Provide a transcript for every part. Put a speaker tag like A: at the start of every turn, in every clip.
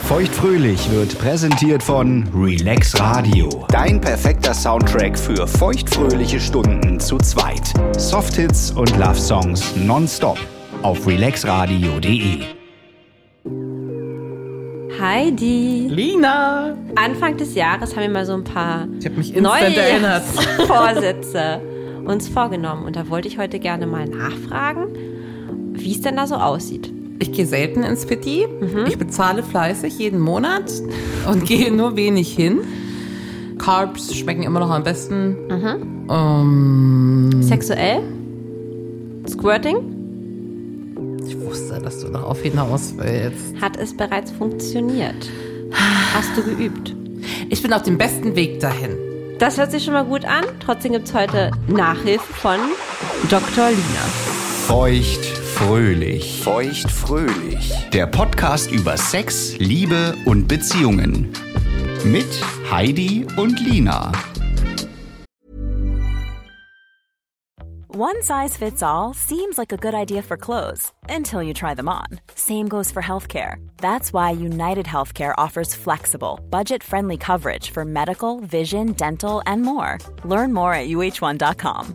A: Feuchtfröhlich wird präsentiert von Relax Radio. Dein perfekter Soundtrack für feuchtfröhliche Stunden zu zweit. Softhits und Love Songs nonstop auf relaxradio.de.
B: Heidi.
C: Lina!
B: Anfang des Jahres haben wir mal so ein paar
C: Ich habe mich instant erinnert.
B: Neujahrsvorsätze uns vorgenommen. Und da wollte ich heute gerne mal nachfragen, wie es denn da so aussieht.
C: Ich gehe selten ins Petit.
B: Mhm.
C: Ich bezahle fleißig jeden Monat und gehe nur wenig hin. Carbs schmecken immer noch am besten. Ähm,
B: Sexuell? Squirting?
C: ich wusste, dass du darauf hinaus willst.
B: Hat es bereits funktioniert? Hast du geübt?
C: Ich bin auf dem besten Weg dahin.
B: Das hört sich schon mal gut an. Trotzdem gibt es heute Nachhilfe von Dr. Lina.
A: Feuchtfröhlich.
D: Feuchtfröhlich.
A: Der Podcast über Sex, Liebe und Beziehungen. Mit Heidi und Lina.
E: One size fits all seems like a good idea for clothes until you try them on. Same goes for healthcare. That's why United Healthcare offers flexible, budget friendly coverage for medical, vision, dental, and more. Learn more at uh1.com.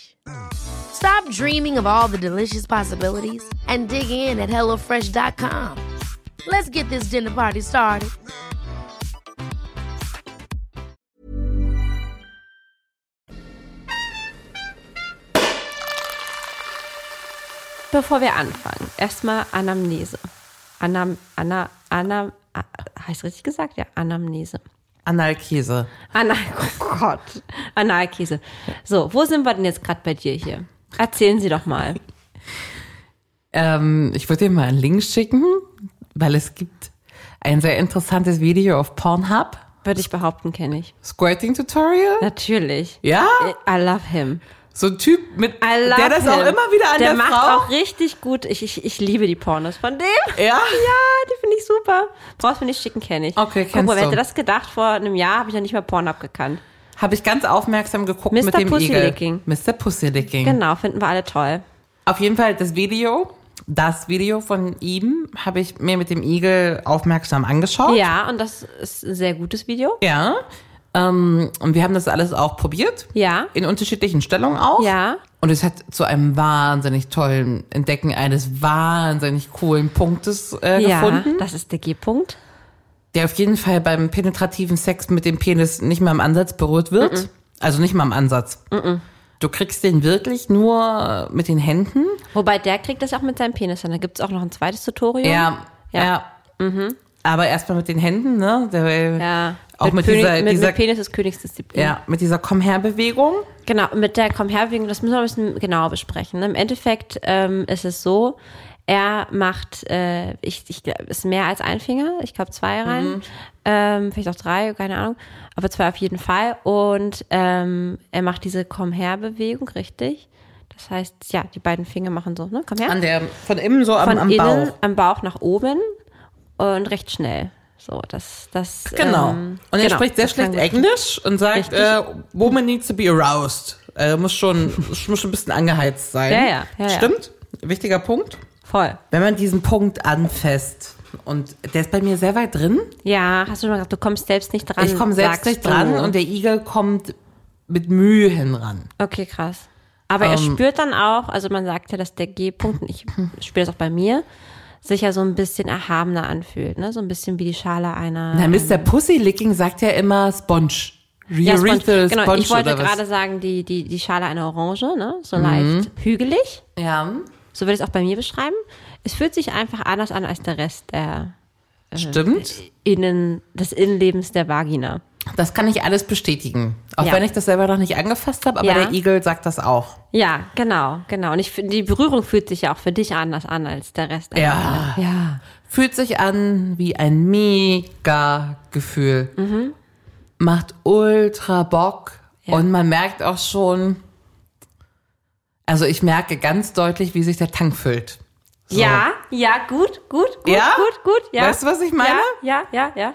F: Stop dreaming of all the delicious possibilities and dig in at HelloFresh.com. Let's get this dinner party started.
B: Bevor wir anfangen, erstmal Anamnese. Anam, Anna, Anam, A- heißt richtig gesagt, ja, Anamnese.
C: Analkäse.
B: Anal, oh Gott, Analkäse. So, wo sind wir denn jetzt gerade bei dir hier? Erzählen Sie doch mal.
C: Ähm, ich würde dir mal einen Link schicken, weil es gibt ein sehr interessantes Video auf Pornhub.
B: Würde ich behaupten, kenne ich.
C: Squirting Tutorial.
B: Natürlich.
C: Ja?
B: I love him.
C: So ein Typ mit,
B: Äh, I love
C: der das
B: him.
C: auch immer wieder an der,
B: der macht
C: Frau.
B: auch richtig gut. Ich, ich, ich liebe die Pornos von dem.
C: ja?
B: Ja, die finde ich super. Brauchst mir nicht schicken, kenne ich.
C: Okay,
B: Guck
C: kennst
B: mal, wer
C: du.
B: hätte das gedacht? Vor einem Jahr habe ich ja nicht mehr Pornhub gekannt.
C: Habe ich ganz aufmerksam geguckt
B: Mr.
C: mit dem
B: Pussylicking.
C: Igel. Mr. Pussylicking.
B: Genau, finden wir alle toll.
C: Auf jeden Fall das Video, das Video von ihm, habe ich mir mit dem Igel aufmerksam angeschaut.
B: Ja, und das ist ein sehr gutes Video.
C: Ja. Ähm, und wir haben das alles auch probiert.
B: Ja.
C: In unterschiedlichen Stellungen auch.
B: Ja.
C: Und es hat zu einem wahnsinnig tollen Entdecken eines wahnsinnig coolen Punktes äh,
B: ja,
C: gefunden.
B: das ist der G-Punkt.
C: der auf jeden Fall beim penetrativen Sex mit dem Penis nicht mal im Ansatz berührt wird. Also nicht mal im Ansatz. Du kriegst den wirklich nur mit den Händen.
B: Wobei der kriegt das auch mit seinem Penis hin. Da gibt es auch noch ein zweites Tutorial.
C: Ja, ja. Aber erstmal mit den Händen, ne? Der,
B: Mhm. ja.
C: Auch mit,
B: König-
C: dieser,
B: mit,
C: dieser
B: mit Penis ist Königsdisziplin.
C: ja, mit dieser Komm her Bewegung.
B: Genau, mit der Komm her, wegen- das müssen wir ein bisschen genauer besprechen. ne? Im Endeffekt ähm, ist es so, er macht, äh, ich, ich glaub, ist mehr als ein Finger, ich glaube zwei rein,
C: Mhm.
B: ähm, vielleicht auch drei, keine Ahnung, aber zwei auf jeden Fall. Und ähm, er macht diese Komm her Bewegung, richtig? Das heißt, ja, die beiden Finger machen so, ne? Komm her.
C: An der, von innen so
B: Von
C: am, am
B: innen, ähm,
C: Bauch.
B: am Bauch nach oben und recht schnell. So, das, das.
C: Genau.
B: ähm,
C: und er
B: genau,
C: spricht sehr
B: das kann
C: schlecht
B: gut-
C: Englisch und sagt,
B: Richtig.
C: äh, woman needs to be aroused. Äh, muss schon, muss schon ein bisschen angeheizt sein.
B: Ja, ja, ja, ja.
C: Stimmt. Wichtiger Punkt.
B: Voll.
C: Wenn man diesen Punkt anfasst, und der ist bei mir sehr weit drin,
B: Ja, hast du schon mal gesagt, du kommst selbst nicht dran.
C: ich komme selbst
B: sagst
C: nicht
B: du.
C: dran und der Igel kommt mit Mühe hinran.
B: Okay, krass. Aber er
C: Ähm.
B: spürt dann auch, also man sagt ja, dass der G-Punkt, und ich spüre das auch bei mir, sich ja so ein bisschen erhabener anfühlt, ne? So ein bisschen wie die Schale einer.
C: Na, Mr. Pussylicking sagt ja immer Sponge.
B: ja,
C: Urethral
B: Sponge. Genau, ich
C: Sponge
B: wollte
C: oder was? Mhm.
B: gerade sagen, die, die, die Schale einer Orange, ne? So leicht hügelig.
C: Ja.
B: So würde ich es auch bei mir beschreiben. Es fühlt sich einfach anders an als der Rest der Äh,
C: Stimmt.
B: Innen, des Innenlebens der Vagina.
C: Das kann ich alles bestätigen. Auch
B: Ja.
C: wenn ich das selber noch nicht angefasst habe, aber
B: Ja.
C: der Igel sagt das auch.
B: Ja, genau, genau. Und ich, finde, die Berührung fühlt sich ja auch für dich anders an als der Rest. der
C: Ja.
B: Vagina. Ja.
C: Fühlt sich an wie ein mega Gefühl. Macht ultra Bock. Und man merkt auch schon, also ich merke ganz deutlich, wie sich der Tank füllt.
B: Ja, ja, gut, gut, gut,
C: Ja?
B: gut, gut, ja.
C: Weißt du, was ich meine?
B: Ja, ja, ja, ja.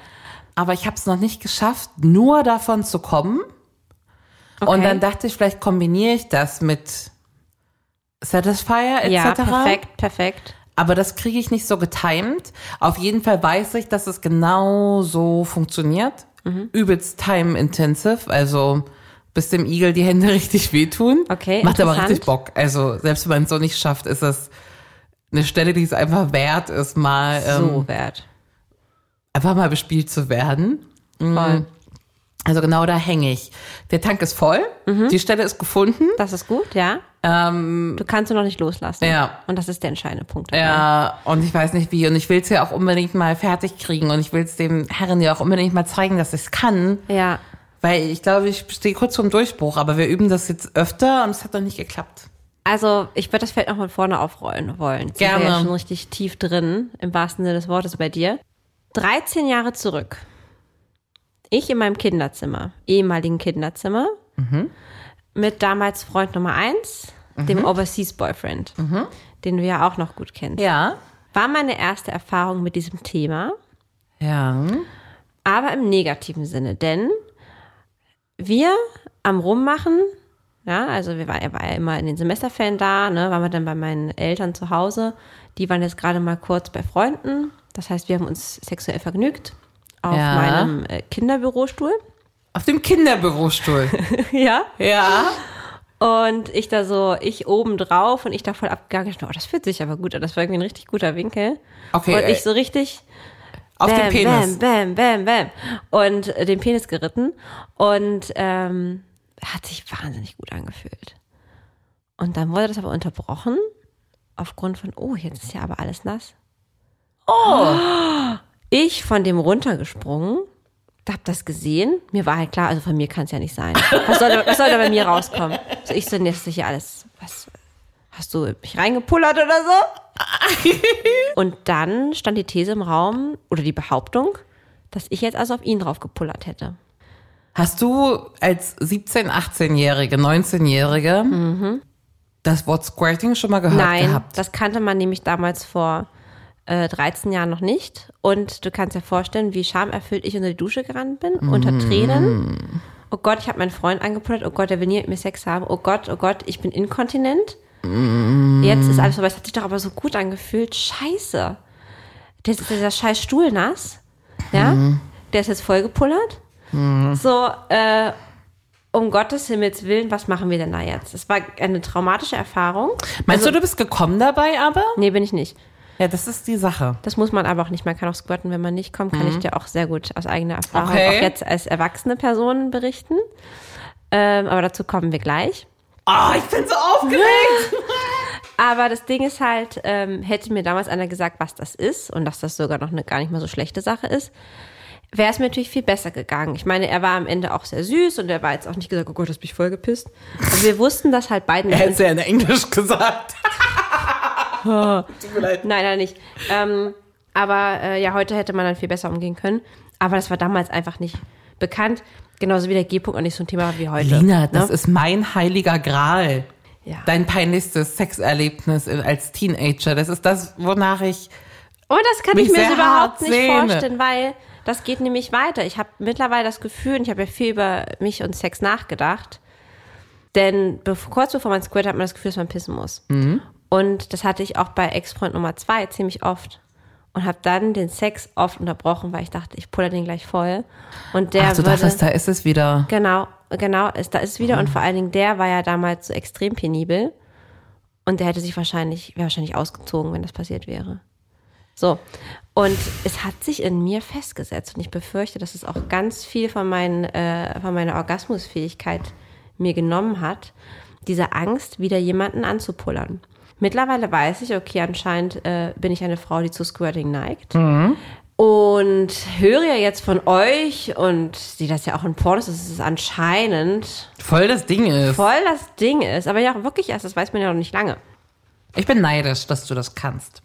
C: Aber ich habe es noch nicht geschafft, nur davon zu kommen. Und dann dachte ich, vielleicht kombiniere ich das mit Satisfier etc.
B: Ja, perfekt, perfekt.
C: Aber das kriege ich nicht so getimed. Auf jeden Fall weiß ich, dass es genau so funktioniert.
B: Mhm.
C: Übelst time-intensive, also bis dem Igel die Hände richtig wehtun.
B: Okay,
C: Macht aber
B: interessant.
C: richtig Bock. Also selbst wenn man es so nicht schafft, ist das eine Stelle, die es einfach wert ist, mal ähm,
B: So wert.
C: einfach mal bespielt zu werden.
B: Voll.
C: Also genau da hänge ich. Der Tank ist voll,
B: Mhm.
C: die Stelle ist gefunden.
B: Das ist gut, ja. du kannst ihn noch nicht loslassen.
C: Ähm, Ja.
B: Und das ist der entscheidende Punkt.
C: Ja, Äh, und ich weiß nicht wie. Und ich will es ja auch unbedingt mal fertig kriegen. Und ich will es dem Herren ja auch unbedingt mal zeigen, dass ich es kann.
B: Ja.
C: Weil ich glaube, ich stehe kurz vorm Durchbruch. Aber wir üben das jetzt öfter und es hat noch nicht geklappt.
B: Also, ich würde das Feld noch mal vorne aufrollen wollen. Jetzt Sind
C: Gerne.
B: wir ja schon richtig tief drin, im wahrsten Sinne des Wortes bei dir. 13 Jahre zurück. Ich in meinem Kinderzimmer, ehemaligen Kinderzimmer,
C: Mhm.
B: mit damals Freund Nummer 1, dem Overseas Boyfriend, den du ja auch noch gut kennst.
C: Mhm. Ja.
B: War meine erste Erfahrung mit diesem Thema.
C: Ja.
B: aber im negativen Sinne, denn wir am Rummachen, ja, also wir war, er war ja immer in den Semesterferien da, ne, waren wir dann bei meinen Eltern zu Hause, die waren jetzt gerade mal kurz bei Freunden, das heißt, wir haben uns sexuell vergnügt auf
C: Ja.
B: meinem äh, Kinderbürostuhl,
C: Auf dem Kinderbürostuhl.
B: ja,
C: ja.
B: und ich da so, ich oben drauf und ich da voll abgegangen, ich dachte, oh, das fühlt sich aber gut an, das war irgendwie ein richtig guter Winkel
C: Okay,
B: und
C: äh,
B: ich so richtig
C: Auf dem Penis.
B: Bam, bam, bam, bam. Und äh, den Penis geritten. Und ähm, hat sich wahnsinnig gut angefühlt. Und dann wurde das aber unterbrochen. Aufgrund von, oh, jetzt ist ja aber alles nass. Oh! Ich von dem runtergesprungen, hab das gesehen. Mir war halt klar, also von mir kann es ja nicht sein. Was soll, da- was soll da bei mir rauskommen? So, ich so, nee, das ist hier alles, was, hast du mich reingepullert oder so? Und dann stand die These im Raum oder die Behauptung, dass ich jetzt also auf ihn drauf gepullert hätte.
C: Hast du als 17-, 18-Jährige, 19-Jährige Mhm. das Wort Squirting schon mal gehört
B: Nein,
C: gehabt?
B: das kannte man nämlich damals vor äh, 13 Jahren noch nicht. Und du kannst dir vorstellen, wie schamerfüllt ich unter die Dusche gerannt bin,
C: Mhm.
B: unter Tränen. Oh Gott, ich habe meinen Freund angepullert. Oh Gott, der will nie mit mir Sex haben. Oh Gott, oh Gott, ich bin inkontinent.
C: Mhm.
B: Jetzt ist alles vorbei. Es hat sich doch aber so gut angefühlt. Scheiße. Jetzt ist dieser scheiß Stuhl nass. Ja?
C: Mhm.
B: Der ist jetzt vollgepullert. So, äh, um Gottes Himmels Willen, was machen wir denn da jetzt? Es war eine traumatische Erfahrung.
C: Meinst du, du bist gekommen dabei aber?
B: Nee, bin ich nicht.
C: Ja, das ist die Sache.
B: Das muss man aber auch nicht. Man kann auch squatten, wenn man nicht kommt, kann ich dir auch sehr gut aus eigener Erfahrung
C: Mhm. Okay.
B: auch jetzt als erwachsene Person berichten. Ähm, aber dazu kommen wir gleich.
C: Oh, ich bin so aufgeregt.
B: Aber das Ding ist halt, ähm, hätte mir damals einer gesagt, was das ist und dass das sogar noch eine gar nicht mal so schlechte Sache ist, wäre es mir natürlich viel besser gegangen. Ich meine, er war am Ende auch sehr süß und er war jetzt auch nicht gesagt, oh Gott, das bin ich voll gepisst. Und wir wussten das halt beiden
C: er hätte es ja in Englisch gesagt.
B: Nein, nein, nicht. Ähm, aber äh, ja, heute hätte man dann viel besser umgehen können. Aber das war damals einfach nicht bekannt. Genauso wie der G-Punkt auch nicht so ein Thema war wie heute.
C: Lina, das
B: ne?
C: ist mein heiliger Gral.
B: Ja.
C: Dein peinlichstes Sexerlebnis in- als Teenager. Das ist das, wonach ich.
B: Und das kann
C: mich
B: ich mir
C: sehr
B: so überhaupt
C: hart
B: nicht
C: sehne.
B: vorstellen, weil das geht nämlich weiter. Ich habe mittlerweile das Gefühl, und ich habe ja viel über mich und Sex nachgedacht. Denn bev- kurz bevor man squirt, hat man das Gefühl, dass man pissen muss.
C: Mhm.
B: Und das hatte ich auch bei Ex-Freund Nummer zwei ziemlich oft. Und habe dann den Sex oft unterbrochen, weil ich dachte, ich puller den gleich voll. Und der
C: Ach, du
B: würde,
C: dachtest, da ist es wieder.
B: Genau, genau, ist, da ist wieder. Und vor allen Dingen, der war ja damals so extrem penibel. Und der hätte sich wahrscheinlich, wäre wahrscheinlich ausgezogen, wenn das passiert wäre. So. Und es hat sich in mir festgesetzt. Und ich befürchte, dass es auch ganz viel von, meinen, äh, von meiner Orgasmusfähigkeit mir genommen hat. Diese Angst, wieder jemanden anzupullern. Mittlerweile weiß ich, okay, anscheinend äh, bin ich eine Frau, die zu Squirting neigt. Und höre ja jetzt von euch und sehe das ja auch in Pornos, dass es anscheinend
C: Voll das Ding ist.
B: voll das Ding ist. Aber ja, wirklich erst, das weiß man ja noch nicht lange.
C: Ich bin neidisch, dass du das kannst.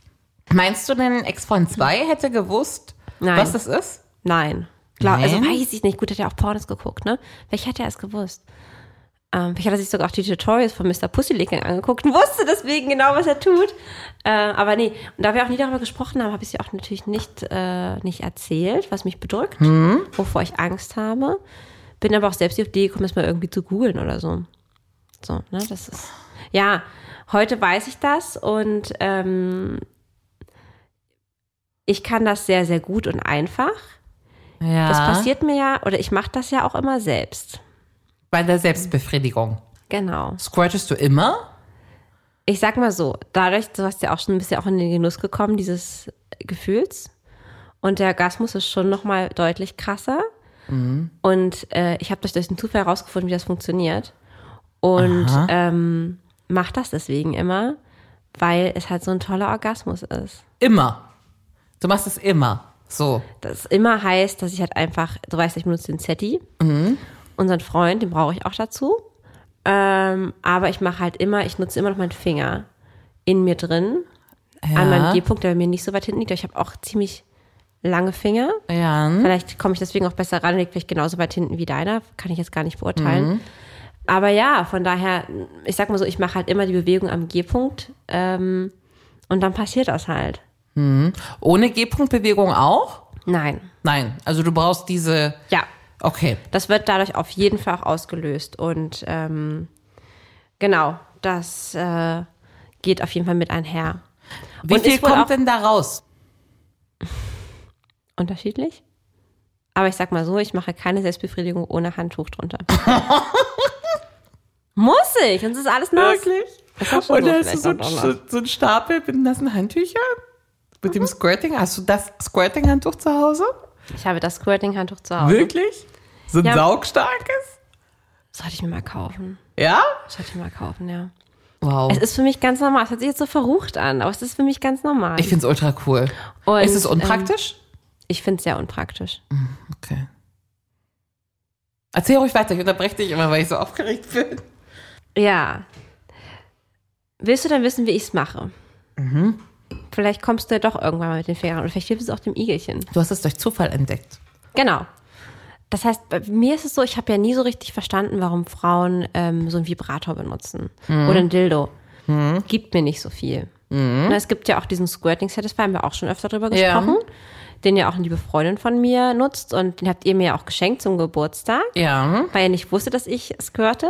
C: Meinst du denn, Ex-Freund 2 hätte gewusst,
B: Nein.
C: was das ist?
B: Nein. Glaub, Also
C: Nein?
B: weiß ich nicht. Gut, hat er auch Pornos geguckt, ne? Vielleicht hätte er es gewusst. Ähm, vielleicht hat er sich sogar auch die Tutorials von Mr. Pussylicking angeguckt und wusste deswegen genau, was er tut. Äh, aber nee, und da wir auch nie darüber gesprochen haben, habe ich sie auch natürlich nicht, äh, nicht erzählt, was mich bedrückt, wovor ich Angst habe. Bin aber auch selbst auf die Idee gekommen, es mal irgendwie zu googeln oder so. So, ne, das ist. Ja, heute weiß ich das und ähm, ich kann das sehr, sehr gut und einfach.
C: Ja.
B: Das passiert mir ja, oder ich mache das ja auch immer selbst.
C: bei der Selbstbefriedigung.
B: Genau.
C: Squirtest du immer?
B: Ich sag mal so, dadurch, du hast ja auch schon ein bisschen auch in den Genuss gekommen, dieses Gefühls. Und der Orgasmus ist schon nochmal deutlich krasser. Und äh, ich habe durch den Zufall herausgefunden, wie das funktioniert. Und ähm, mache das deswegen immer, weil es halt so ein toller Orgasmus ist.
C: Immer. Du machst es immer. So.
B: das immer heißt, dass ich halt einfach, du weißt, ich benutze den Zetti, unseren Freund, den brauche ich auch dazu. Ähm, aber ich mache halt immer, ich nutze immer noch meinen Finger in mir drin, an meinem G-Punkt, der bei mir nicht so weit hinten liegt. aber Ich habe auch ziemlich lange Finger.
C: Mhm. Ja.
B: Vielleicht komme ich deswegen auch besser ran, liegt vielleicht genauso weit hinten wie deiner, kann ich jetzt gar nicht beurteilen. Aber ja, von daher, ich sag mal so, ich mache halt immer die Bewegung am G-Punkt ähm, und dann passiert das halt.
C: Ohne G-Punkt-Bewegung auch?
B: Nein.
C: Nein. Also du brauchst diese.
B: Ja,
C: Okay.
B: Das wird dadurch auf jeden Fall auch ausgelöst. Und ähm, genau, das äh, geht auf jeden Fall mit einher.
C: Wie
B: Und
C: viel
B: ist wohl auch-
C: kommt denn da raus?
B: Unterschiedlich? Aber ich sag mal so, ich mache keine Selbstbefriedigung ohne Handtuch drunter. Muss ich, sonst ist alles nass.
C: Wirklich?
B: Das war schon
C: Und
B: so,
C: da hast du
B: vielleicht
C: so,
B: auch noch.
C: ein- so einen Stapel mit nassen Handtüchern? Mit dem Squirting? Hast du das Squirting-Handtuch zu Hause?
B: Ich habe das Squirting-Handtuch zu Hause.
C: Wirklich? So ein
B: Ja.
C: saugstarkes?
B: Sollte ich mir mal kaufen.
C: Ja?
B: Sollte ich mir mal kaufen, ja.
C: Wow.
B: Es ist für mich ganz normal. Es hört sich jetzt so verrucht an, aber es ist für mich ganz normal.
C: Ich finde es ultra cool.
B: Und,
C: ist es unpraktisch?
B: ich finde es sehr unpraktisch.
C: okay. Erzähl ruhig weiter, ich unterbreche dich immer, weil ich so aufgeregt bin.
B: Ja. Willst du dann wissen, wie ich es mache? Vielleicht kommst du ja doch irgendwann mal mit den Fingern oder vielleicht hilft es auch dem Igelchen.
C: Du hast es durch Zufall entdeckt.
B: Genau. Das heißt, bei mir ist es so, ich habe ja nie so richtig verstanden, warum Frauen ähm, so einen Vibrator benutzen oder ein Dildo. Gibt mir nicht so viel. Na, es gibt ja auch diesen Squirting Satisfier, haben wir auch schon öfter drüber
C: Ja.
B: gesprochen, den ja auch eine liebe Freundin von mir nutzt und den habt ihr mir ja auch geschenkt zum Geburtstag
C: Ja.
B: weil ihr nicht wusstet, dass ich squirte,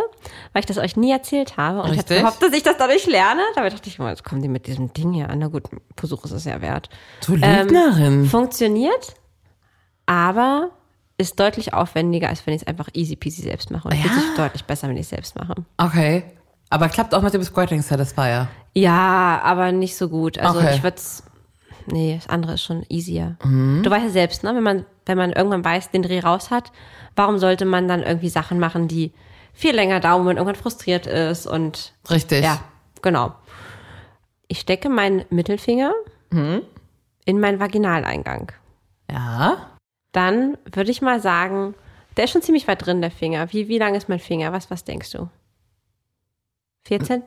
B: weil ich das euch nie erzählt habe. Und ich habe
C: Richtig.
B: gehofft, dass ich das dadurch lerne. Dabei dachte ich, immer, jetzt kommen die mit diesem Ding hier an. Na gut, Versuch ist es ja wert.
C: Du Lügnerin.
B: Funktioniert, aber ist deutlich aufwendiger, als wenn ich es einfach easy peasy selbst mache. Und fühlt sich deutlich besser, wenn ich es selbst mache.
C: okay. Aber klappt auch mit dem Squirting Satisfier.
B: Ja, aber nicht so gut. Also
C: Okay.
B: ich würde es. Nee, das andere ist schon easier. Du weißt ja selbst, ne? Wenn man, wenn man irgendwann weiß, den Dreh raus hat, warum sollte man dann irgendwie Sachen machen, die viel länger dauern, wenn man irgendwann frustriert ist und
C: Richtig.
B: ja, genau. Ich stecke meinen Mittelfinger in meinen Vaginaleingang.
C: Ja.
B: Dann würde ich mal sagen, der ist schon ziemlich weit drin, der Finger. Wie, wie lang ist mein Finger? Was, was denkst du? Vier Zent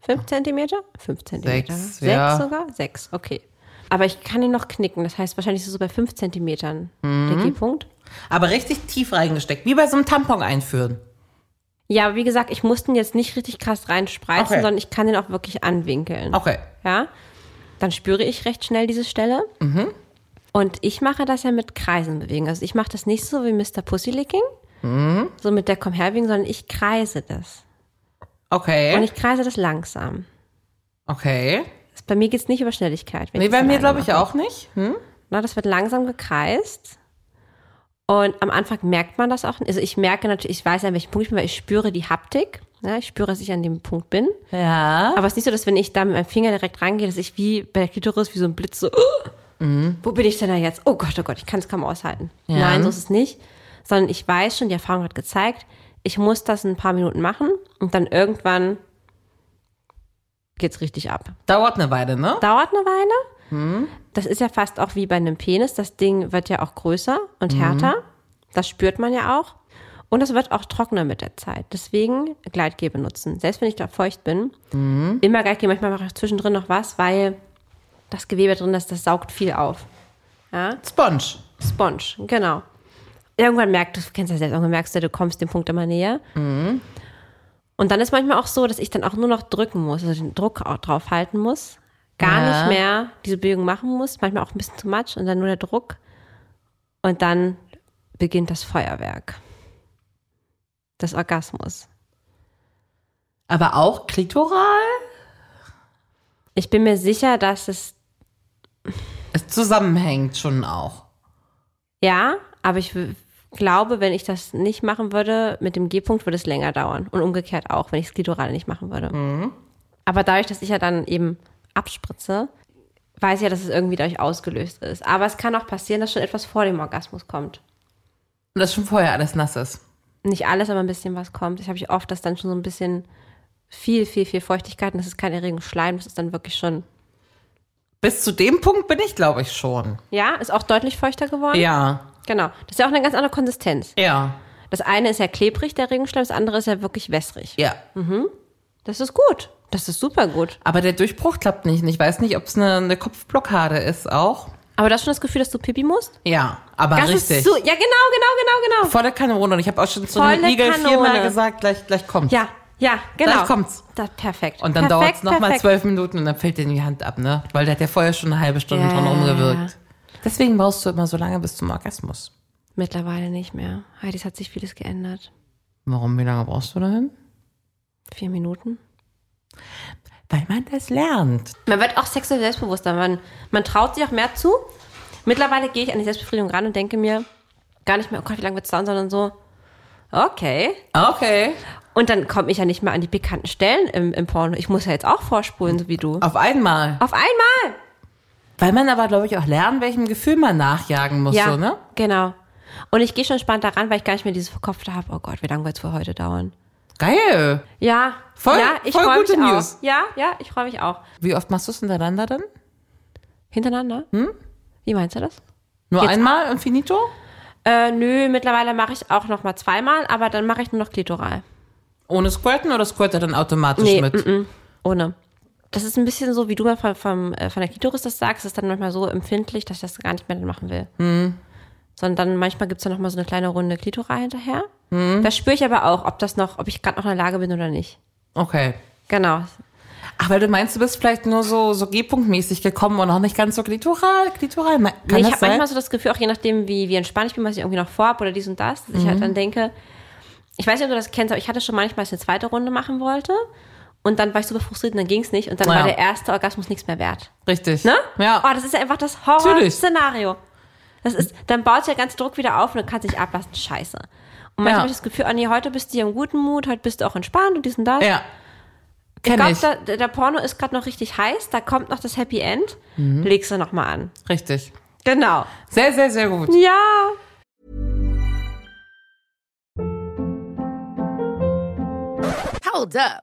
B: fünf Zentimeter? Fünf Zentimeter.
C: Sechs,
B: Sechs
C: ja.
B: sogar? Sechs, okay. Aber ich kann ihn noch knicken. Das heißt, wahrscheinlich ist es so bei fünf Zentimetern
C: Mhm.
B: der G-Punkt.
C: Aber richtig tief reingesteckt, wie bei so einem Tampon einführen.
B: Ja, aber wie gesagt, ich musste ihn jetzt nicht richtig krass reinspreizen,
C: Okay.
B: sondern ich kann ihn auch wirklich anwinkeln.
C: Okay.
B: Ja? Dann spüre ich recht schnell diese Stelle.
C: Mhm.
B: Und ich mache das ja mit Kreisen bewegen. Also ich mache das nicht so wie Mr. Pussylicking,
C: Mhm.
B: so mit der Komm herwegen, sondern ich kreise das.
C: Okay.
B: Und ich kreise das langsam.
C: okay.
B: Das- Bei mir geht es nicht über Schnelligkeit. wenn
C: Nee,
B: ich
C: bei
B: das
C: mir
B: alleine
C: glaube ich
B: mache.
C: auch nicht. Hm?
B: Na, das wird langsam gekreist. Und am Anfang merkt man das auch. Also ich merke natürlich, ich weiß ja, an welchem Punkt ich bin, weil ich spüre die Haptik. Ja, ich spüre, dass ich an dem Punkt bin.
C: Ja.
B: Aber es ist nicht so, dass wenn ich da mit meinem Finger direkt rangehe, dass ich wie bei der Klitoris wie so ein Blitz so, wo bin ich denn da jetzt? Oh Gott, oh Gott, ich kann es kaum aushalten. Nein, so ist es nicht. Sondern ich weiß schon, die Erfahrung hat gezeigt, ich muss das ein paar Minuten machen und dann irgendwann geht's richtig ab.
C: Dauert eine Weile, ne?
B: Dauert eine Weile. Das ist ja fast auch wie bei einem Penis. Das Ding wird ja auch größer und härter. Das spürt man ja auch. Und es wird auch trockener mit der Zeit. Deswegen Gleitgel benutzen. Selbst wenn ich da feucht bin, immer Gleitgel. Manchmal mache ich zwischendrin noch was, weil das Gewebe drin ist, das saugt viel auf.
C: Sponge.
B: Sponge, genau. Irgendwann merkst du, du kennst das selbst, irgendwann merkst du, du kommst dem Punkt immer näher. Und dann ist manchmal auch so, dass ich dann auch nur noch drücken muss, also den Druck auch drauf halten muss. Gar
C: Ja.
B: nicht mehr diese Bewegung machen muss, manchmal auch ein bisschen too much und dann nur der Druck. Und dann beginnt das Feuerwerk. Das Orgasmus.
C: Aber auch klitoral?
B: Ich bin mir sicher, dass es
C: Es zusammenhängt schon auch.
B: Ja, aber ich w- glaube, wenn ich das nicht machen würde, mit dem G-Punkt würde es länger dauern. Und umgekehrt auch, wenn ich das Glidoral nicht machen würde. Aber dadurch, dass ich ja dann eben abspritze, weiß ich ja, dass es irgendwie dadurch ausgelöst ist. Aber es kann auch passieren, dass schon etwas vor dem Orgasmus kommt.
C: Und das schon vorher alles nass ist.
B: Nicht alles, aber ein bisschen was kommt. Ich habe ich oft, dass dann schon so ein bisschen viel, viel, viel Feuchtigkeit und das ist kein Erregungsschleim, das ist dann wirklich schon.
C: Bis zu dem Punkt bin ich, glaube ich, schon.
B: Ja, ist auch deutlich feuchter geworden.
C: Ja.
B: Genau. Das ist ja auch eine ganz andere Konsistenz.
C: Ja.
B: Das eine ist ja klebrig, der Regenschleim, das andere ist ja wirklich wässrig.
C: Ja.
B: Das ist gut. Das ist super gut.
C: Aber der Durchbruch klappt nicht. Und Ich weiß nicht, ob es eine, eine Kopfblockade ist auch.
B: Aber du hast schon das Gefühl, dass du Pipi musst?
C: Ja. Aber
B: Das
C: Ah, richtig.
B: ist so. Ja, genau, genau, genau, genau.
C: Volle Kanone. Und ich habe auch schon zu einem
B: Volle
C: Igel
B: Kanone.
C: viermal gesagt, gleich, gleich kommt.
B: Ja, ja, genau.
C: Gleich kommt's.
B: Das, perfekt.
C: Und dann dauert
B: Perfekt,
C: es nochmal
B: perfekt.
C: zwölf Minuten und dann fällt dir die Hand ab, ne? Weil der hat ja vorher schon eine halbe Stunde
B: Ja,
C: dran
B: ja,
C: rumgewirkt. Deswegen brauchst du immer so lange bis zum Orgasmus.
B: Mittlerweile nicht mehr. Heidis hat sich vieles geändert.
C: Warum? Wie lange brauchst du dahin?
B: Vier Minuten.
C: Weil man das lernt.
B: Man wird auch sexuell selbstbewusster. Man, man traut sich auch mehr zu. Mittlerweile gehe ich an die Selbstbefriedigung ran und denke mir gar nicht mehr, oh Gott, wie lange wird's dauern, sondern so, okay.
C: Okay.
B: Und dann komme ich ja nicht mehr an die bekannten Stellen im, im Porno. Ich muss ja jetzt auch vorspulen, so wie du.
C: Auf einmal.
B: Auf einmal!
C: Weil man aber, glaube ich, auch lernt, welchem Gefühl man nachjagen muss, so, ne?
B: Genau. Und ich gehe schon spannend daran, weil ich gar nicht mehr dieses Verkopfte habe. Oh Gott, wie lange wird es wohl heute dauern?
C: Geil.
B: Ja.
C: Voll-
B: ja, ich
C: voll
B: freu
C: gute
B: mich
C: News.
B: Auch. Ja, ja, ich freue mich auch.
C: Wie oft machst du es hintereinander dann?
B: Hintereinander? Hm? Wie meinst du das?
C: Nur
B: Jetzt-
C: einmal und finito?
B: Äh, nö, mittlerweile mache ich auch noch mal zweimal, aber dann mache ich nur noch Klitoral.
C: Ohne Squirten oder squirt er dann automatisch
B: Nee,
C: mit?
B: Ohne. Das ist ein bisschen so, wie du mal von, vom, äh, von der Klitoris das sagst, ist dann manchmal so empfindlich, dass ich das gar nicht mehr machen will.
C: Hm.
B: Sondern dann manchmal gibt es ja noch mal so eine kleine Runde Klitoral hinterher.
C: Hm.
B: Da spüre ich aber auch, ob das noch, ob ich gerade noch in der Lage bin oder nicht.
C: Okay.
B: Genau.
C: Ach, weil du meinst, du bist vielleicht nur so, so G-Punkt-mäßig gekommen und auch nicht ganz so klitoral, klitoral. Me- Kann
B: Nee, ich
C: das
B: habe
C: sein?
B: manchmal so das Gefühl, auch je nachdem, wie, wie entspannt ich bin, was ich irgendwie noch vorhab oder dies und das, dass
C: Mhm.
B: ich halt dann denke, ich weiß nicht, ob du das kennst, aber ich hatte schon manchmal, dass ich eine zweite Runde machen wollte und dann war ich super frustriert und dann ging's nicht und dann
C: Ja.
B: war der erste Orgasmus nichts mehr wert.
C: Richtig.
B: Ne?
C: Ja.
B: Oh, das ist ja einfach das
C: Natürlich.
B: Horror-Szenario. Das ist, dann baut sich der ganze Druck wieder auf und du kannst dich ablassen. Scheiße. Und manchmal
C: Ja.
B: habe ich das Gefühl, oh nee, heute bist du hier im guten Mut, heute bist du auch entspannt und dies und das.
C: ja.
B: ich
C: Kenn
B: glaube,
C: ich.
B: der, der Porno ist gerade noch richtig heiß, da kommt noch das Happy End,
C: Mhm.
B: legst du nochmal an.
C: Richtig.
B: Genau.
C: Sehr, sehr, sehr gut.
B: Ja.
F: Hold up.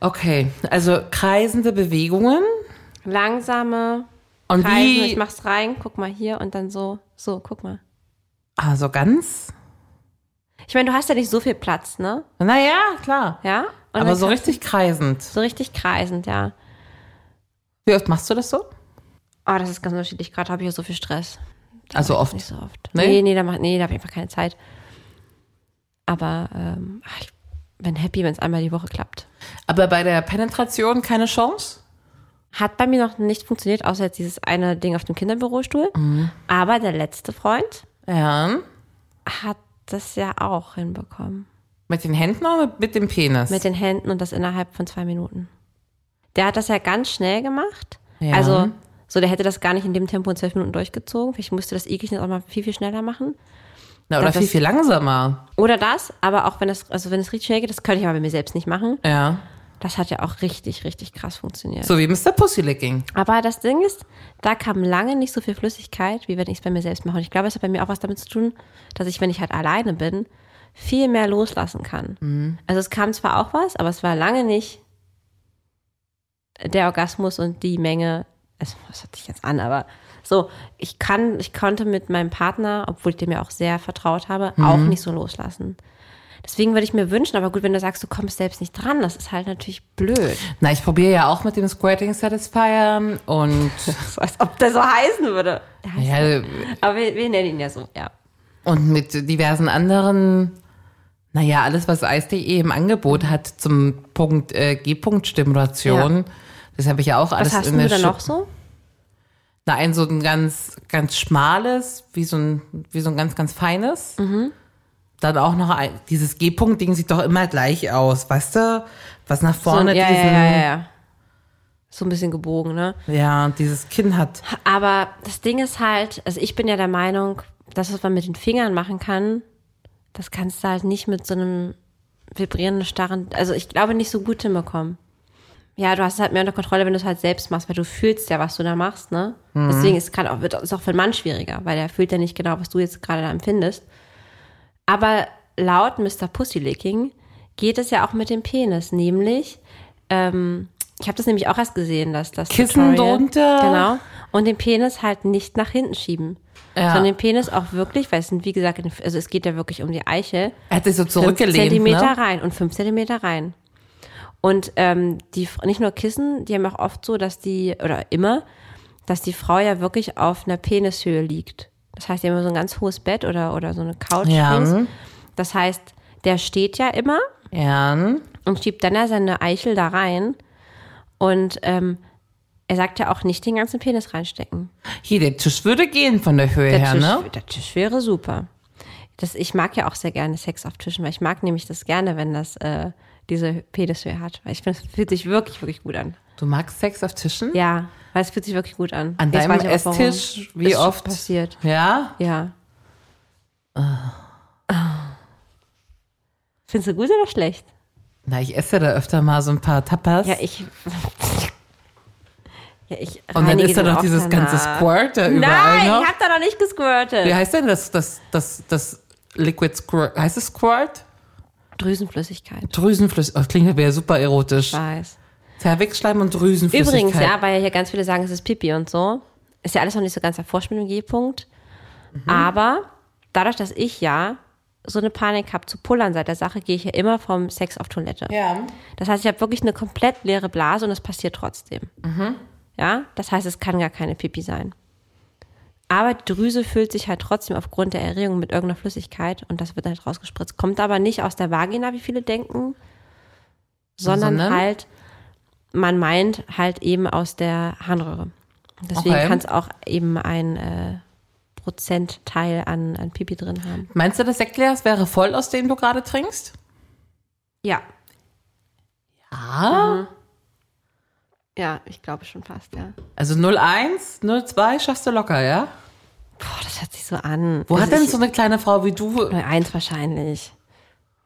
C: Okay. Also kreisende Bewegungen.
B: Langsame
C: Und
B: Kreisen. Ich
C: wie.
B: mach's rein, guck mal hier und dann so, so, guck mal.
C: Also ganz.
B: Ich meine, du hast ja nicht so viel Platz, ne?
C: Naja, klar.
B: Ja? Und dann
C: Aber so
B: kannst du-
C: richtig kreisend.
B: So richtig kreisend, ja.
C: Wie oft machst du das so?
B: Ah, das ist ganz unterschiedlich. Gerade habe ich ja so viel Stress. Da
C: Also
B: mach ich
C: oft?
B: Nicht so oft.
C: Nee?
B: Nee, nee, da, mach, nee, da habe ich einfach keine Zeit. Aber ähm, ach, ich bin happy, wenn es einmal die Woche klappt.
C: Aber bei der Penetration keine Chance?
B: Hat bei mir noch nicht funktioniert, außer jetzt dieses eine Ding auf dem Kinderbürostuhl.
C: Mhm.
B: Aber der letzte Freund
C: Ja.
B: hat das ja auch hinbekommen.
C: Mit den Händen oder mit dem Penis?
B: Mit den Händen und das innerhalb von zwei Minuten. Der hat das ja ganz schnell gemacht.
C: Ja.
B: Also, so, der hätte das gar nicht in dem Tempo in zwölf Minuten durchgezogen. Vielleicht musste das Igelchen auch mal viel, viel schneller machen.
C: Na, oder
B: Das
C: viel,
B: ist-
C: viel langsamer.
B: Oder das, aber auch wenn das, also wenn es richtig schnell geht, das könnte ich aber bei mir selbst nicht machen.
C: Ja.
B: Das hat ja auch richtig, richtig krass funktioniert.
C: So wie Mr. Pussy Licking.
B: Aber das Ding ist, da kam lange nicht so viel Flüssigkeit, wie wenn ich es bei mir selbst mache. Und ich glaube, es hat bei mir auch was damit zu tun, dass ich, wenn ich halt alleine bin, viel mehr loslassen kann. Also es kam zwar auch was, aber es war lange nicht der Orgasmus und die Menge. Also, das hört sich jetzt an, aber so, ich kann, ich konnte mit meinem Partner, obwohl ich dem ja auch sehr vertraut habe, auch nicht so loslassen. Deswegen würde ich mir wünschen, aber gut, wenn du sagst, du kommst selbst nicht dran, das ist halt natürlich blöd.
C: Na, ich probiere ja auch mit dem Squirting Satisfier und
B: So, als ob der so heißen würde. Der heißt
C: ja,
B: Aber wir, wir nennen ihn ja so, ja.
C: und mit diversen anderen, naja, alles, was Eis.de E im Angebot
B: Mhm.
C: hat zum Punkt äh, G-Punkt-Stimulation. Das habe ich ja auch alles
B: Was hast
C: in
B: du
C: der
B: da
C: Schu-
B: noch so?
C: Na, ein so ein ganz, ganz schmales, wie so ein, wie so ein ganz, ganz feines.
B: Mhm.
C: Dann auch noch ein, dieses G-Punkt-Ding sieht doch immer gleich aus, weißt du? Was nach
B: so
C: vorne
B: ein- ja, ja,
C: diesen,
B: ja, ja, ja. So ein bisschen gebogen, ne?
C: ja, dieses Kinn hat.
B: Aber das Ding ist halt, also ich bin ja der Meinung, das, was man mit den Fingern machen kann, das kannst du halt nicht mit so einem vibrierenden, starren, also ich glaube nicht so gut hinbekommen. Ja, du hast es halt mehr unter Kontrolle, wenn du es halt selbst machst, weil du fühlst ja, was du da machst, ne? Deswegen ist es gerade auch, wird ist auch für einen Mann schwieriger, weil er fühlt ja nicht genau, was du jetzt gerade da empfindest. Aber laut Mr. Pussylicking geht es ja auch mit dem Penis, nämlich, ähm, ich habe das nämlich auch erst gesehen, dass das
C: Kissen
B: Tutorial,
C: drunter.
B: genau und den Penis halt nicht nach hinten schieben,
C: Ja.
B: sondern den Penis auch wirklich, weil es sind wie gesagt, also es geht ja wirklich um die Eichel,
C: Er hat sich so
B: Fünf
C: zurückgelehnt.
B: Zentimeter
C: ne?
B: rein und fünf Zentimeter rein. Und ähm, die Fr- nicht nur Kissen, die haben auch oft so, dass die oder immer, dass die Frau ja wirklich auf einer Penishöhe liegt. Das heißt, die haben immer so ein ganz hohes Bett oder oder so eine Couch.
C: Ja.
B: links. Das heißt, der steht ja immer
C: Ja.
B: und schiebt dann ja seine Eichel da rein. Und ähm, er sagt ja auch nicht den ganzen Penis reinstecken.
C: Hier, der Tisch würde gehen von der Höhe
B: Der,
C: her,
B: Tisch,
C: ne?
B: der Tisch wäre super. Das, ich mag ja auch sehr gerne Sex auf Tischen, weil ich mag nämlich das gerne, wenn das äh, diese Penishöhe hat. Weil ich finde, es fühlt sich wirklich, wirklich gut an.
C: Du magst Sex auf Tischen?
B: Ja, weil es fühlt sich wirklich gut an.
C: An
B: Jetzt
C: deinem
B: weiß ich auch, warum.
C: Esstisch? Wie
B: Ist schon
C: oft?
B: passiert.
C: Ja?
B: Ja.
C: Ah.
B: Findest du gut oder schlecht?
C: Na, ich esse da öfter mal so ein paar Tapas.
B: Ja, ich. ja, ich
C: Und dann
B: reinige
C: ist da
B: den
C: noch
B: auch
C: dieses
B: danach.
C: ganze Squirt da überall
B: Nein,
C: noch.
B: ich hab da noch nicht gesquirtet.
C: Wie heißt denn das, das, das, das Liquid Squirt? Heißt es Squirt?
B: Drüsenflüssigkeit.
C: Drüsenflüssigkeit. Oh, klingt aber ja super erotisch.
B: Weiß.
C: Zervixschleim und Drüsenflüssigkeit.
B: Übrigens, ja, weil ja ganz viele sagen, es ist Pipi und so. Ist ja alles noch nicht so ganz erforscht mit dem G-Punkt. Aber dadurch, dass ich ja so eine Panik habe zu pullern seit der Sache, gehe ich ja immer vom Sex auf Toilette.
C: Ja.
B: Das heißt, ich habe wirklich eine komplett leere Blase und es passiert trotzdem. Ja, das heißt, es kann gar keine Pipi sein. Aber die Drüse füllt sich halt trotzdem aufgrund der Erregung mit irgendeiner Flüssigkeit und das wird halt rausgespritzt. Kommt aber nicht aus der Vagina, wie viele denken, sondern,
C: Sondern?
B: halt, man meint halt eben aus der Harnröhre. Deswegen
C: Okay.
B: kann es auch eben ein äh, Prozentteil an, an Pipi drin haben.
C: Meinst du, das Sektglas wäre voll, aus dem du gerade trinkst?
B: Ja,
C: Ah.
B: ja, ich glaube schon fast, ja.
C: Also 01, 02 schaffst du locker, ja?
B: Boah, das hört sich so an.
C: Wo
B: Also
C: hat denn
B: ich-
C: so eine kleine Frau wie du
B: 01 Äh, wahrscheinlich.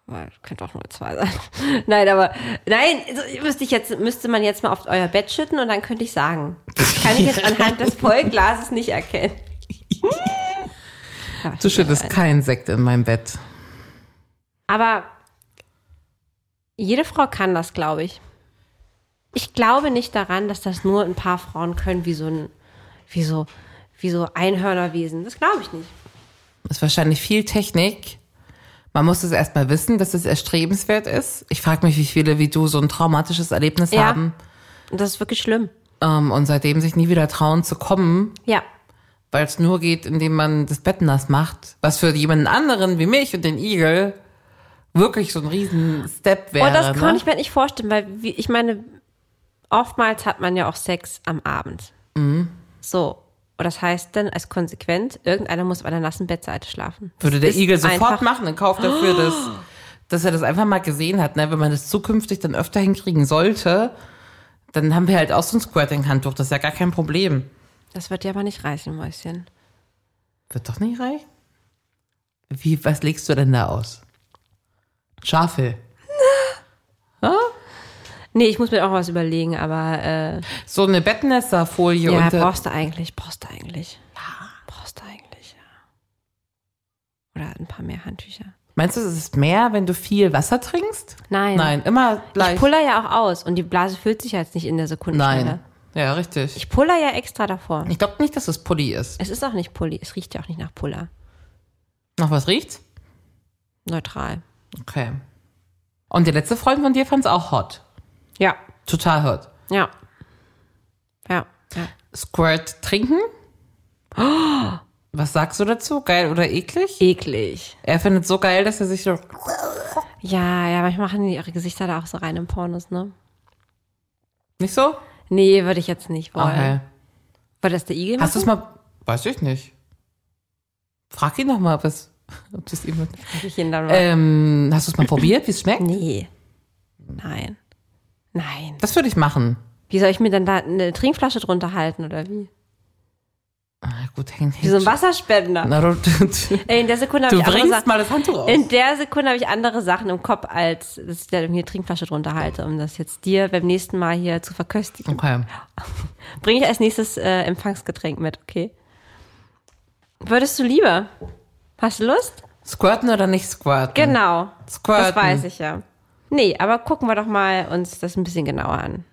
B: Weil, Könnte auch 02 sein. nein, aber nein, so, müsste, ich jetzt, müsste man jetzt mal auf euer Bett schütten und dann könnte ich sagen. Das kann ich jetzt anhand des Vollglases nicht erkennen. Aber
C: Du schüttest keinen Sekt in mein Bett.
B: Aber jede Frau kann das, glaube ich. Ich glaube nicht daran, dass das nur ein paar Frauen können, wie so ein, wie so, wie so Einhörnerwesen. Das glaube ich nicht.
C: Ist wahrscheinlich viel Technik. Man muss es erstmal wissen, dass es erstrebenswert ist. Ich frage mich, wie viele wie du so ein traumatisches Erlebnis
B: Ja.
C: haben.
B: Und das ist wirklich schlimm.
C: Ähm, und seitdem sich nie wieder trauen zu kommen,
B: Ja.
C: weil es nur geht, indem man das Bett nass macht. Was für jemanden anderen wie mich und den Igel wirklich so ein riesen Step wäre.
B: Und Oh, das kann
C: ne?
B: ich mir nicht vorstellen, weil wie, ich meine, oftmals hat man ja auch Sex am Abend.
C: Mhm.
B: So. Und das heißt dann als Konsequenz, irgendeiner muss auf einer nassen Bettseite schlafen.
C: Würde der
B: Ist
C: Igel sofort
B: einfach-
C: machen, in Kauf dafür, dass, dass er das einfach mal gesehen hat. Ne? Wenn man das zukünftig dann öfter hinkriegen sollte, dann haben wir halt auch so ein Squirting-Handtuch. Das ist ja gar kein Problem.
B: Das wird dir aber nicht reichen, Mäuschen.
C: Wird doch nicht reich? Wie, was legst du denn da aus? Schafel.
B: Nee, ich muss mir auch was überlegen, aber äh,
C: So eine Bettnässerfolie äh,
B: ja,
C: unter.
B: brauchst du eigentlich, brauchst du eigentlich. Ja. Brauchst du eigentlich, ja. Oder ein paar mehr Handtücher.
C: Meinst du, es ist mehr, wenn du viel Wasser trinkst?
B: Nein.
C: Nein, immer
B: Ich
C: gleich.
B: puller ja auch aus und die Blase füllt sich ja jetzt nicht in der Sekunde.
C: Nein. Ja, richtig. Ich,
B: Ich puller ja extra davor.
C: glaube nicht, dass es Pulli ist.
B: Es ist auch nicht Pulli, es riecht ja auch nicht nach Puller.
C: Noch was riecht's?
B: Neutral.
C: Okay. Und der letzte Freund von dir fand's auch hot.
B: Ja,
C: Total hot.
B: ja. Ja, ja.
C: Squirt trinken? Was sagst du dazu? Geil oder eklig?
B: Eklig.
C: Er findet so geil, dass er sich so.
B: Ja, ja, manchmal machen die ihre Gesichter da auch so rein im Pornos, ne?
C: Nicht so?
B: Nee, würde ich jetzt nicht wollen.
C: Okay.
B: War das der Igel?
C: Hast du
B: machen?
C: es mal. Weiß ich nicht. Frag ihn noch mal, ob es. Ob das ihm.
B: Krieg ich ihn dann mal?
C: Ähm, hast du es mal probiert, wie es schmeckt?
B: Nee. Nein. Nein.
C: Das würde ich machen.
B: Wie soll ich mir dann da eine Trinkflasche drunter halten oder wie?
C: Ah, gut, hängen.
B: Wie so ein Wasserspender.
C: Na, du, du,
B: Ey, in der Sekunde habe
C: du
B: ich andere
C: bringst
B: Sachen.
C: mal das Handtuch aus.
B: In der Sekunde habe ich andere Sachen im Kopf, als dass ich da irgendwie eine Trinkflasche drunter halte, um das jetzt dir beim nächsten Mal hier zu verköstigen.
C: Okay.
B: Bringe ich als nächstes äh, Empfangsgetränk mit, okay? Würdest du lieber? Hast du Lust?
C: Squirten oder nicht squirten?
B: Genau.
C: Squirten.
B: Das weiß ich ja. Nee, aber gucken wir doch mal uns das ein bisschen genauer an.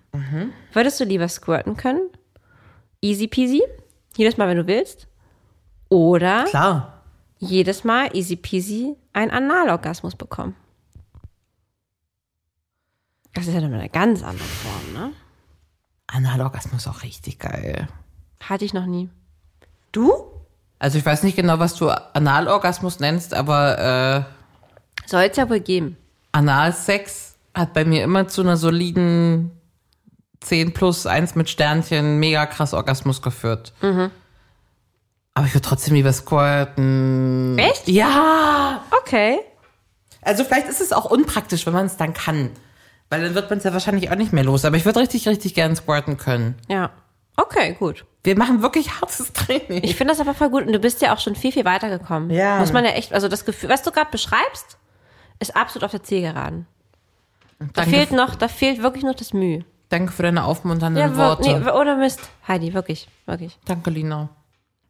B: Würdest du lieber squirten können? Easy peasy. Jedes Mal, wenn du willst. Oder
C: Klar.
B: jedes Mal easy peasy einen Analorgasmus bekommen. Das ist ja nochmal eine ganz andere Form, ne?
C: Analogasmus ist auch richtig geil.
B: Hatte ich noch nie. Du?
C: Also ich weiß nicht genau, was du Analorgasmus nennst, aber äh,
B: Soll es ja wohl geben.
C: Analsex hat bei mir immer zu einer soliden 10 plus 1 mit Sternchen mega krass Orgasmus geführt.
B: Mhm.
C: Aber ich würde trotzdem lieber squirten.
B: Echt?
C: Ja!
B: Okay.
C: Also vielleicht ist es auch unpraktisch, wenn man es dann kann. Weil dann wird man es ja wahrscheinlich auch nicht mehr los. Aber ich würde richtig, richtig gern squirten können.
B: Ja. Okay, gut.
C: Wir machen wirklich hartes Training.
B: Ich finde das aber voll gut und du bist ja auch schon viel, viel weitergekommen.
C: Ja.
B: Muss man ja echt, also das Gefühl, was du gerade beschreibst, ist absolut auf der Zielgeraden. Da
C: danke,
B: fehlt noch, da fehlt wirklich noch das Mühe.
C: danke für deine aufmunternden
B: wir-
C: Worte.
B: nee, oder Mist. Heidi, wirklich, wirklich.
C: danke, Lina.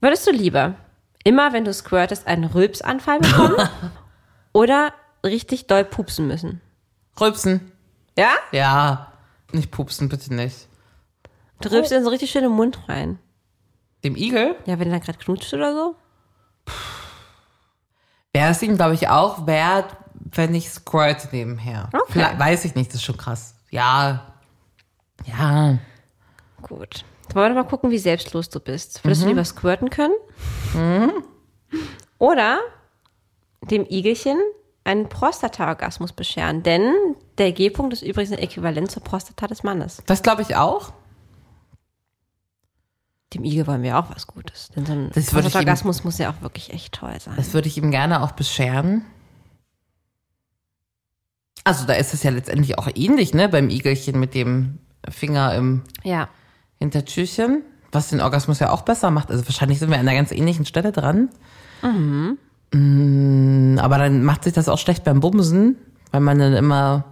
B: Würdest du lieber immer, wenn du squirtest, einen Rülpsanfall bekommen oder richtig doll pupsen müssen?
C: Rülpsen.
B: Ja?
C: Ja. Nicht pupsen, bitte nicht.
B: Du rülpst in so richtig schön im Mund rein.
C: Dem Igel
B: Ja, wenn er gerade knutscht oder so.
C: wäre es ihm, glaube ich, auch wert, wenn ich squirt nebenher.
B: Okay.
C: Vielleicht- weiß ich nicht, das ist schon krass. Ja. Ja.
B: Gut. Jetzt wollen wir doch mal gucken, wie selbstlos du bist. Würdest
C: Mhm.
B: du lieber squirten können? Oder dem Igelchen einen Prostata-Orgasmus bescheren? Denn der G-Punkt ist übrigens ein Äquivalent zur Prostata des Mannes.
C: Das glaube ich auch.
B: Dem Igel wollen wir auch was Gutes. Denn so ein
C: Das würde ich ihm-
B: Prostata-Orgasmus muss ja auch wirklich echt toll sein.
C: Das würde ich ihm gerne auch bescheren. Also da ist es ja letztendlich auch ähnlich, ne? Beim Igelchen mit dem Finger im
B: Ja.
C: Hintertürchen, was den Orgasmus ja auch besser macht. Also wahrscheinlich sind wir an einer ganz ähnlichen Stelle dran. Mhm. Mm, Aber dann macht sich das auch schlecht beim Bumsen, weil man dann immer,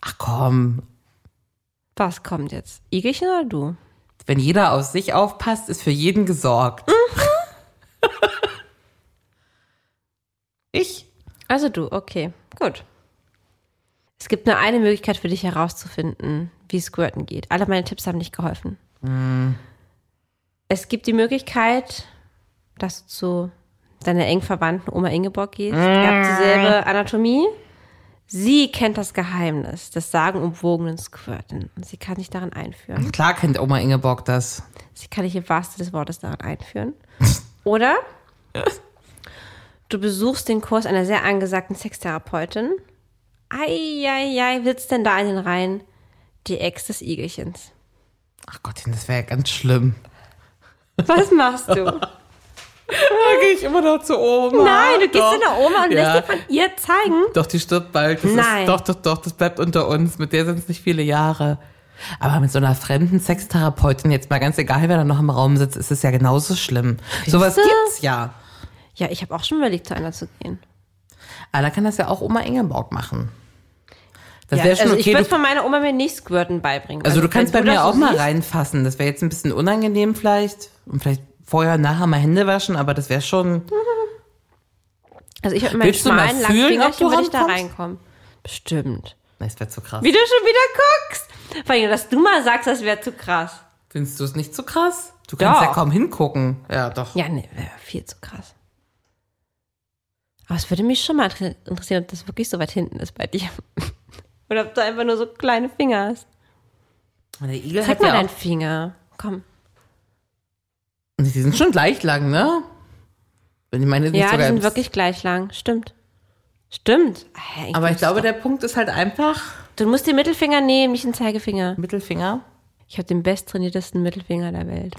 C: ach komm,
B: Was kommt jetzt? Igelchen oder du?
C: wenn jeder auf sich aufpasst, ist für jeden gesorgt. ich?
B: Also du, okay. Gut. Es gibt nur eine Möglichkeit für dich herauszufinden, wie Squirten geht. Alle meine Tipps haben nicht geholfen. Es gibt die Möglichkeit, dass du zu deiner eng verwandten Oma Ingeborg gehst. Ihr habt dieselbe Anatomie, Sie kennt das Geheimnis des sagenumwogenen Squirten und sie kann sich darin einführen.
C: Klar kennt Oma Ingeborg das.
B: Sie kann dich im wahrsten des Wortes darin einführen. Oder du besuchst den Kurs einer sehr angesagten Sextherapeutin. Eieiei, sitzt denn da in den Reihen die Ex des Igelchens.
C: Ach Gottchen, das wäre ja ganz schlimm.
B: Was machst du?
C: Da gehe ich immer noch zu Oma.
B: Nein, du gehst
C: Doch.
B: zu der Oma und
C: Ja.
B: lässt dir von ihr zeigen.
C: Doch, die stirbt bald. Das
B: Nein.
C: Ist, doch, doch, doch, das bleibt unter uns. Mit der sind es nicht viele Jahre. Aber mit so einer fremden Sextherapeutin, jetzt mal ganz egal, wer da noch im Raum sitzt, ist es ja genauso schlimm. Sowas
B: du?
C: gibt's ja.
B: Ja, ich habe auch schon überlegt, zu einer zu gehen.
C: Aber da kann das ja auch Oma Ingeborg machen. Das
B: ja,
C: wäre schon
B: also ich
C: okay.
B: würde
C: Du,
B: von meiner Oma mir nicht Squirten beibringen.
C: also du
B: wenn
C: kannst bei
B: das
C: mir
B: so
C: auch mal
B: siehst-
C: reinfassen. Das wäre jetzt ein bisschen unangenehm vielleicht. Und vielleicht vorher und nachher mal Hände waschen, aber das wäre schon.
B: Also ich würde meinen
C: Willst du mal
B: schmalen
C: fühlen,
B: Langfingerchen
C: ob du
B: würde ich da
C: rankommst?
B: reinkommen. Bestimmt.
C: Nein, Das wäre zu krass.
B: Wie du schon wieder guckst. Vor allem, dass du mal sagst, das wäre zu krass.
C: Findest du es nicht zu krass? Du kannst
B: Doch.
C: ja kaum hingucken. Ja, doch.
B: Ja, nee, wäre viel zu krass. Aber es würde mich schon mal inter- interessieren, ob das wirklich so weit hinten ist bei dir. Oder ob du einfach nur so kleine Finger hast.
C: Der Igel
B: Zeig
C: hat
B: mal
C: ja
B: deinen
C: auch,
B: Finger. Komm.
C: Die sind schon gleich lang, ne? Wenn ich meine, die sind
B: Ja, die
C: sogar
B: sind
C: bis-
B: wirklich gleich lang. Stimmt. Stimmt. Ah, Hä,
C: Aber ich
B: muss
C: glaube,
B: doch-
C: der Punkt ist halt einfach
B: du musst den Mittelfinger nehmen, nicht den Zeigefinger.
C: Mittelfinger.
B: Ich habe den besttrainiertesten Mittelfinger der Welt.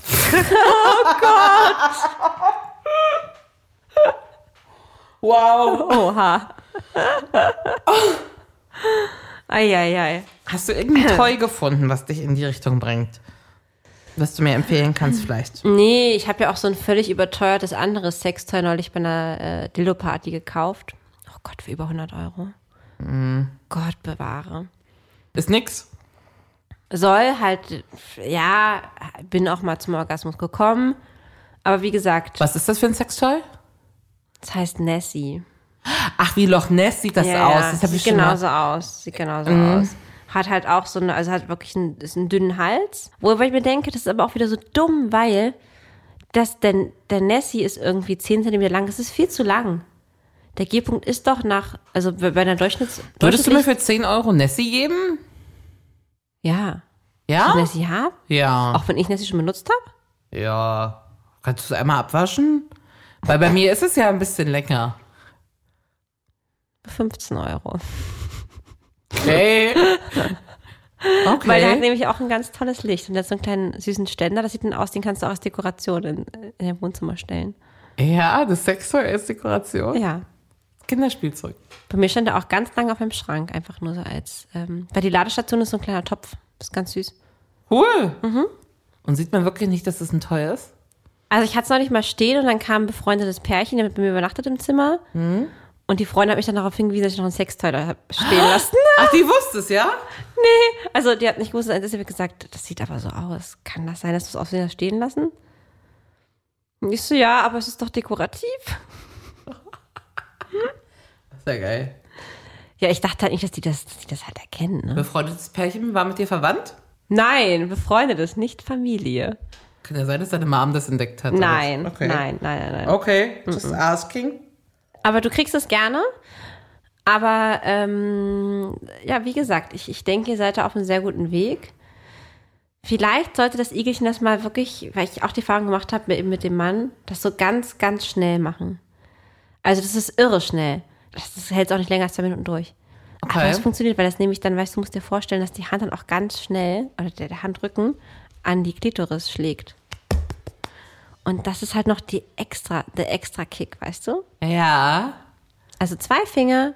C: Wow.
B: Oha. Oh. Eieiei.
C: Hast du irgendein Toy gefunden, was dich in die Richtung bringt? Was du mir empfehlen kannst vielleicht?
B: Nee, ich habe ja auch so ein völlig überteuertes anderes Sextoy neulich bei einer äh, Dildo-Party gekauft. Oh Gott, für über 100 Euro. Gott bewahre.
C: Ist nix.
B: Soll halt, ja, bin auch mal zum Orgasmus gekommen. Aber wie gesagt,
C: Was ist das für ein Sextoy?
B: das heißt Nessie.
C: Ach, wie Loch Ness sieht das
B: ja, Genau
C: aus.
B: Ja,
C: Das habe ich
B: sieht
C: schon mal. Mhm.
B: genauso aus. Sieht genauso aus. Hat halt auch so eine, also hat wirklich einen, ist einen dünnen Hals. Wobei ich mir denke, das ist aber auch wieder so dumm, weil das, denn, der Nessie ist irgendwie 10 cm lang. Das ist viel zu lang. Der G-Punkt ist doch nach, also bei bei einer Durchschnitts.
C: Würdest du mir
B: durchschnittlich-
C: für 10 Euro Nessie geben?
B: Ja.
C: Ja?
B: Nessie haben?
C: Ja.
B: Auch wenn ich Nessie schon benutzt habe?
C: Ja. Kannst du es einmal abwaschen? Weil bei mir ist es ja ein bisschen länger.
B: 15 Euro.
C: Okay. Okay.
B: Weil der hat nämlich auch ein ganz tolles Licht und der hat so einen kleinen süßen Ständer. Das sieht dann aus, den kannst du auch als Dekoration in, in dein Wohnzimmer stellen.
C: ja, das Sextoy als Dekoration.
B: Ja.
C: Kinderspielzeug.
B: Bei mir stand er auch ganz lange auf meinem Schrank, einfach nur so als, ähm, weil die Ladestation ist so ein kleiner Topf, ist ganz süß.
C: Cool.
B: Mhm.
C: Und sieht man wirklich nicht, dass es ein Toy ist?
B: Also ich hatte es neulich mal stehen und dann kam ein befreundetes Pärchen, der mit mir übernachtet im Zimmer und die Freundin hat mich dann darauf hingewiesen, dass ich noch einen Sextoy da hab stehen lassen.
C: Ach, die wusste es, ja?
B: Also die hat nicht gewusst, dass sie mir gesagt, das sieht aber so aus, kann das sein, dass du es aus Versehen hast stehen lassen? Und ich so, ja, aber es ist doch dekorativ.
C: Sehr geil.
B: Ja, ich dachte halt nicht, dass die das, dass die das halt erkennen. Ne?
C: Befreundetes Pärchen war mit dir verwandt?
B: Nein, befreundetes, nicht Familie.
C: Kann ja sein, dass deine Mom das entdeckt hat. oder?
B: Nein,
C: Okay.
B: nein, Mhm. nein, nein, nein.
C: Okay, just asking.
B: Aber du kriegst es gerne. Aber ähm, ja, wie gesagt, ich, ich denke, ihr seid da auf einem sehr guten Weg. Vielleicht sollte das Igelchen das mal wirklich, weil ich auch die Erfahrung gemacht habe mit, mit dem Mann, das so ganz, ganz schnell machen. Also das ist irre schnell. Das, das hält auch nicht länger als zwei Minuten durch. Aber
C: Okay.
B: das funktioniert, weil das nämlich dann, weißt du, musst dir vorstellen, dass die Hand dann auch ganz schnell, oder der, der Handrücken, an die Klitoris schlägt. Und das ist halt noch die extra, der extra Kick, weißt du?
C: Ja.
B: Also zwei Finger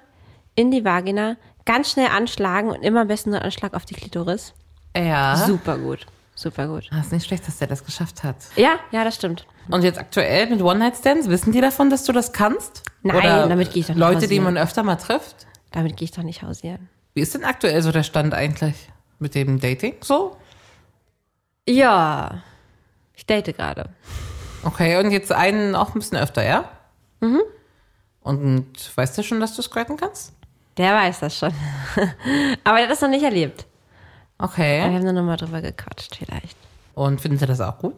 B: in die Vagina, ganz schnell anschlagen und immer am besten so einen Anschlag auf die Klitoris.
C: Ja.
B: Super gut. Super gut.
C: Ah, ist nicht schlecht, dass der das geschafft hat.
B: Ja, ja, das stimmt.
C: Und jetzt aktuell mit One-Night-Stands, wissen die davon, dass du das kannst?
B: Nein,
C: Oder
B: damit gehe ich doch nicht ne?
C: Leute, die
B: hausieren.
C: man öfter mal trifft?
B: Damit gehe ich doch nicht hausieren.
C: Wie ist denn aktuell so der Stand eigentlich mit dem Dating so?
B: Ja. Ich date gerade.
C: Okay, und jetzt einen auch ein bisschen öfter, ja? Mhm. Und weißt du schon, dass du squirten kannst?
B: Der weiß das schon. Aber der hat das noch nicht erlebt. Wir
C: Okay.
B: haben da nochmal drüber gequatscht, vielleicht.
C: Und findet ihr das auch gut?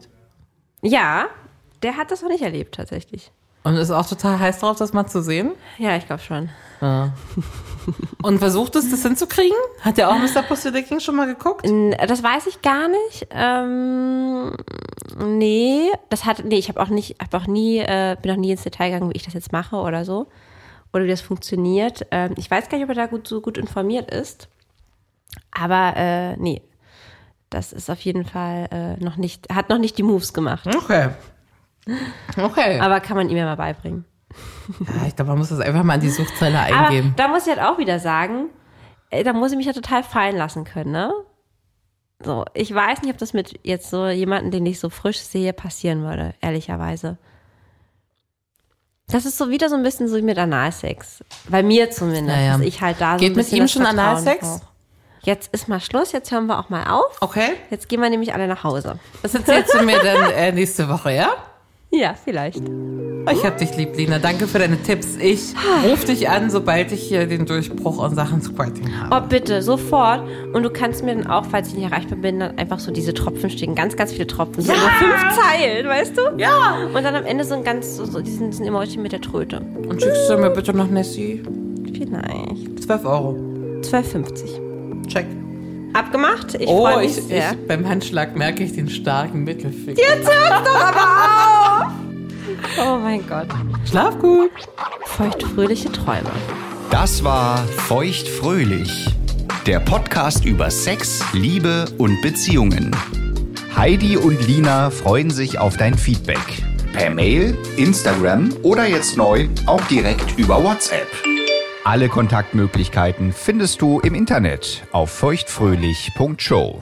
B: Ja, der hat das noch nicht erlebt, tatsächlich.
C: Und ist auch total heiß drauf, das mal zu sehen.
B: Ja, ich glaube schon.
C: Und versucht es, das hinzukriegen? Hat ja auch Mr. Pussy the King schon mal geguckt?
B: N- Das weiß ich gar nicht. Ähm, nee, das hat, nee, ich habe auch nicht, habe auch nie, äh, bin noch nie ins Detail gegangen, wie ich das jetzt mache oder so. Oder wie das funktioniert. Ähm, ich weiß gar nicht, ob er da gut, so gut informiert ist. Aber äh, nee, das ist auf jeden Fall äh, noch nicht, hat noch nicht die Moves gemacht.
C: Okay. Okay.
B: Aber kann man ihm ja mal beibringen.
C: ja, ich glaube, man muss das einfach mal in die Suchzeile
B: Aber
C: eingeben.
B: da muss ich halt auch wieder sagen, äh, da muss ich mich ja total fallen lassen können, ne? So, ich weiß nicht, ob das mit jetzt so jemanden, den ich so frisch sehe, passieren würde, ehrlicherweise. Das ist so wieder so ein bisschen so wie mit Analsex. Bei mir zumindest.
C: Naja.
B: dass Ich halt da so
C: Geht
B: ein
C: mit
B: bisschen
C: ihm
B: das
C: schon
B: Vertrauen
C: Analsex?
B: brauche. Jetzt ist mal Schluss, jetzt hören wir auch mal auf.
C: okay.
B: Jetzt gehen wir nämlich alle nach Hause.
C: Das erzählst du mir dann äh, nächste Woche, ja?
B: Ja, vielleicht.
C: Ich hab dich lieb, Lina. Danke für deine Tipps. Ich ruf dich an, sobald ich hier den Durchbruch in Sachen Squirting habe.
B: Oh, bitte, sofort. Und du kannst mir dann auch, falls ich nicht erreichbar bin, dann einfach so diese Tropfen schicken. Ganz, ganz viele Tropfen. So über fünf Zeilen, weißt du? Ja. Und dann am Ende so ein ganz, so, so diesen, diesen Emoji mit der Tröte.
C: Und schickst du mir bitte noch Nessie?
B: Vielleicht.
C: 12 Euro.
B: 12,50.
C: Check.
B: Abgemacht? Ich
C: Oh,
B: freue mich
C: ich,
B: sehr.
C: ich, beim Handschlag merke ich den starken Mittelfinger.
B: Oh mein Gott.
C: Schlaf gut.
B: Feuchtfröhliche Träume.
A: Das war Feuchtfröhlich, der Podcast über Sex, Liebe und Beziehungen. Heidi und Lina freuen sich auf dein Feedback. Per Mail, Instagram oder jetzt neu auch direkt über WhatsApp. Alle Kontaktmöglichkeiten findest du im Internet auf feuchtfröhlich.show.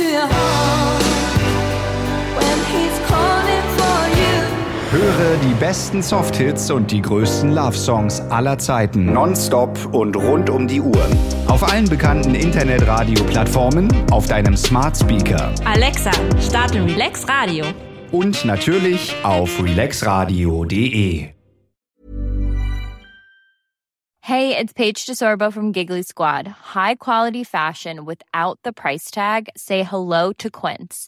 A: Höre die besten Softhits und die größten Love Songs aller Zeiten. Nonstop und rund um die Uhr. Auf allen bekannten Internetradio-Plattformen, auf deinem Smart Speaker
B: Alexa, starte Relax Radio.
A: und natürlich auf relaxradio.de.
G: Hey, it's Paige DeSorbo from Giggly Squad. High quality fashion without the price tag. Say hello to Quince.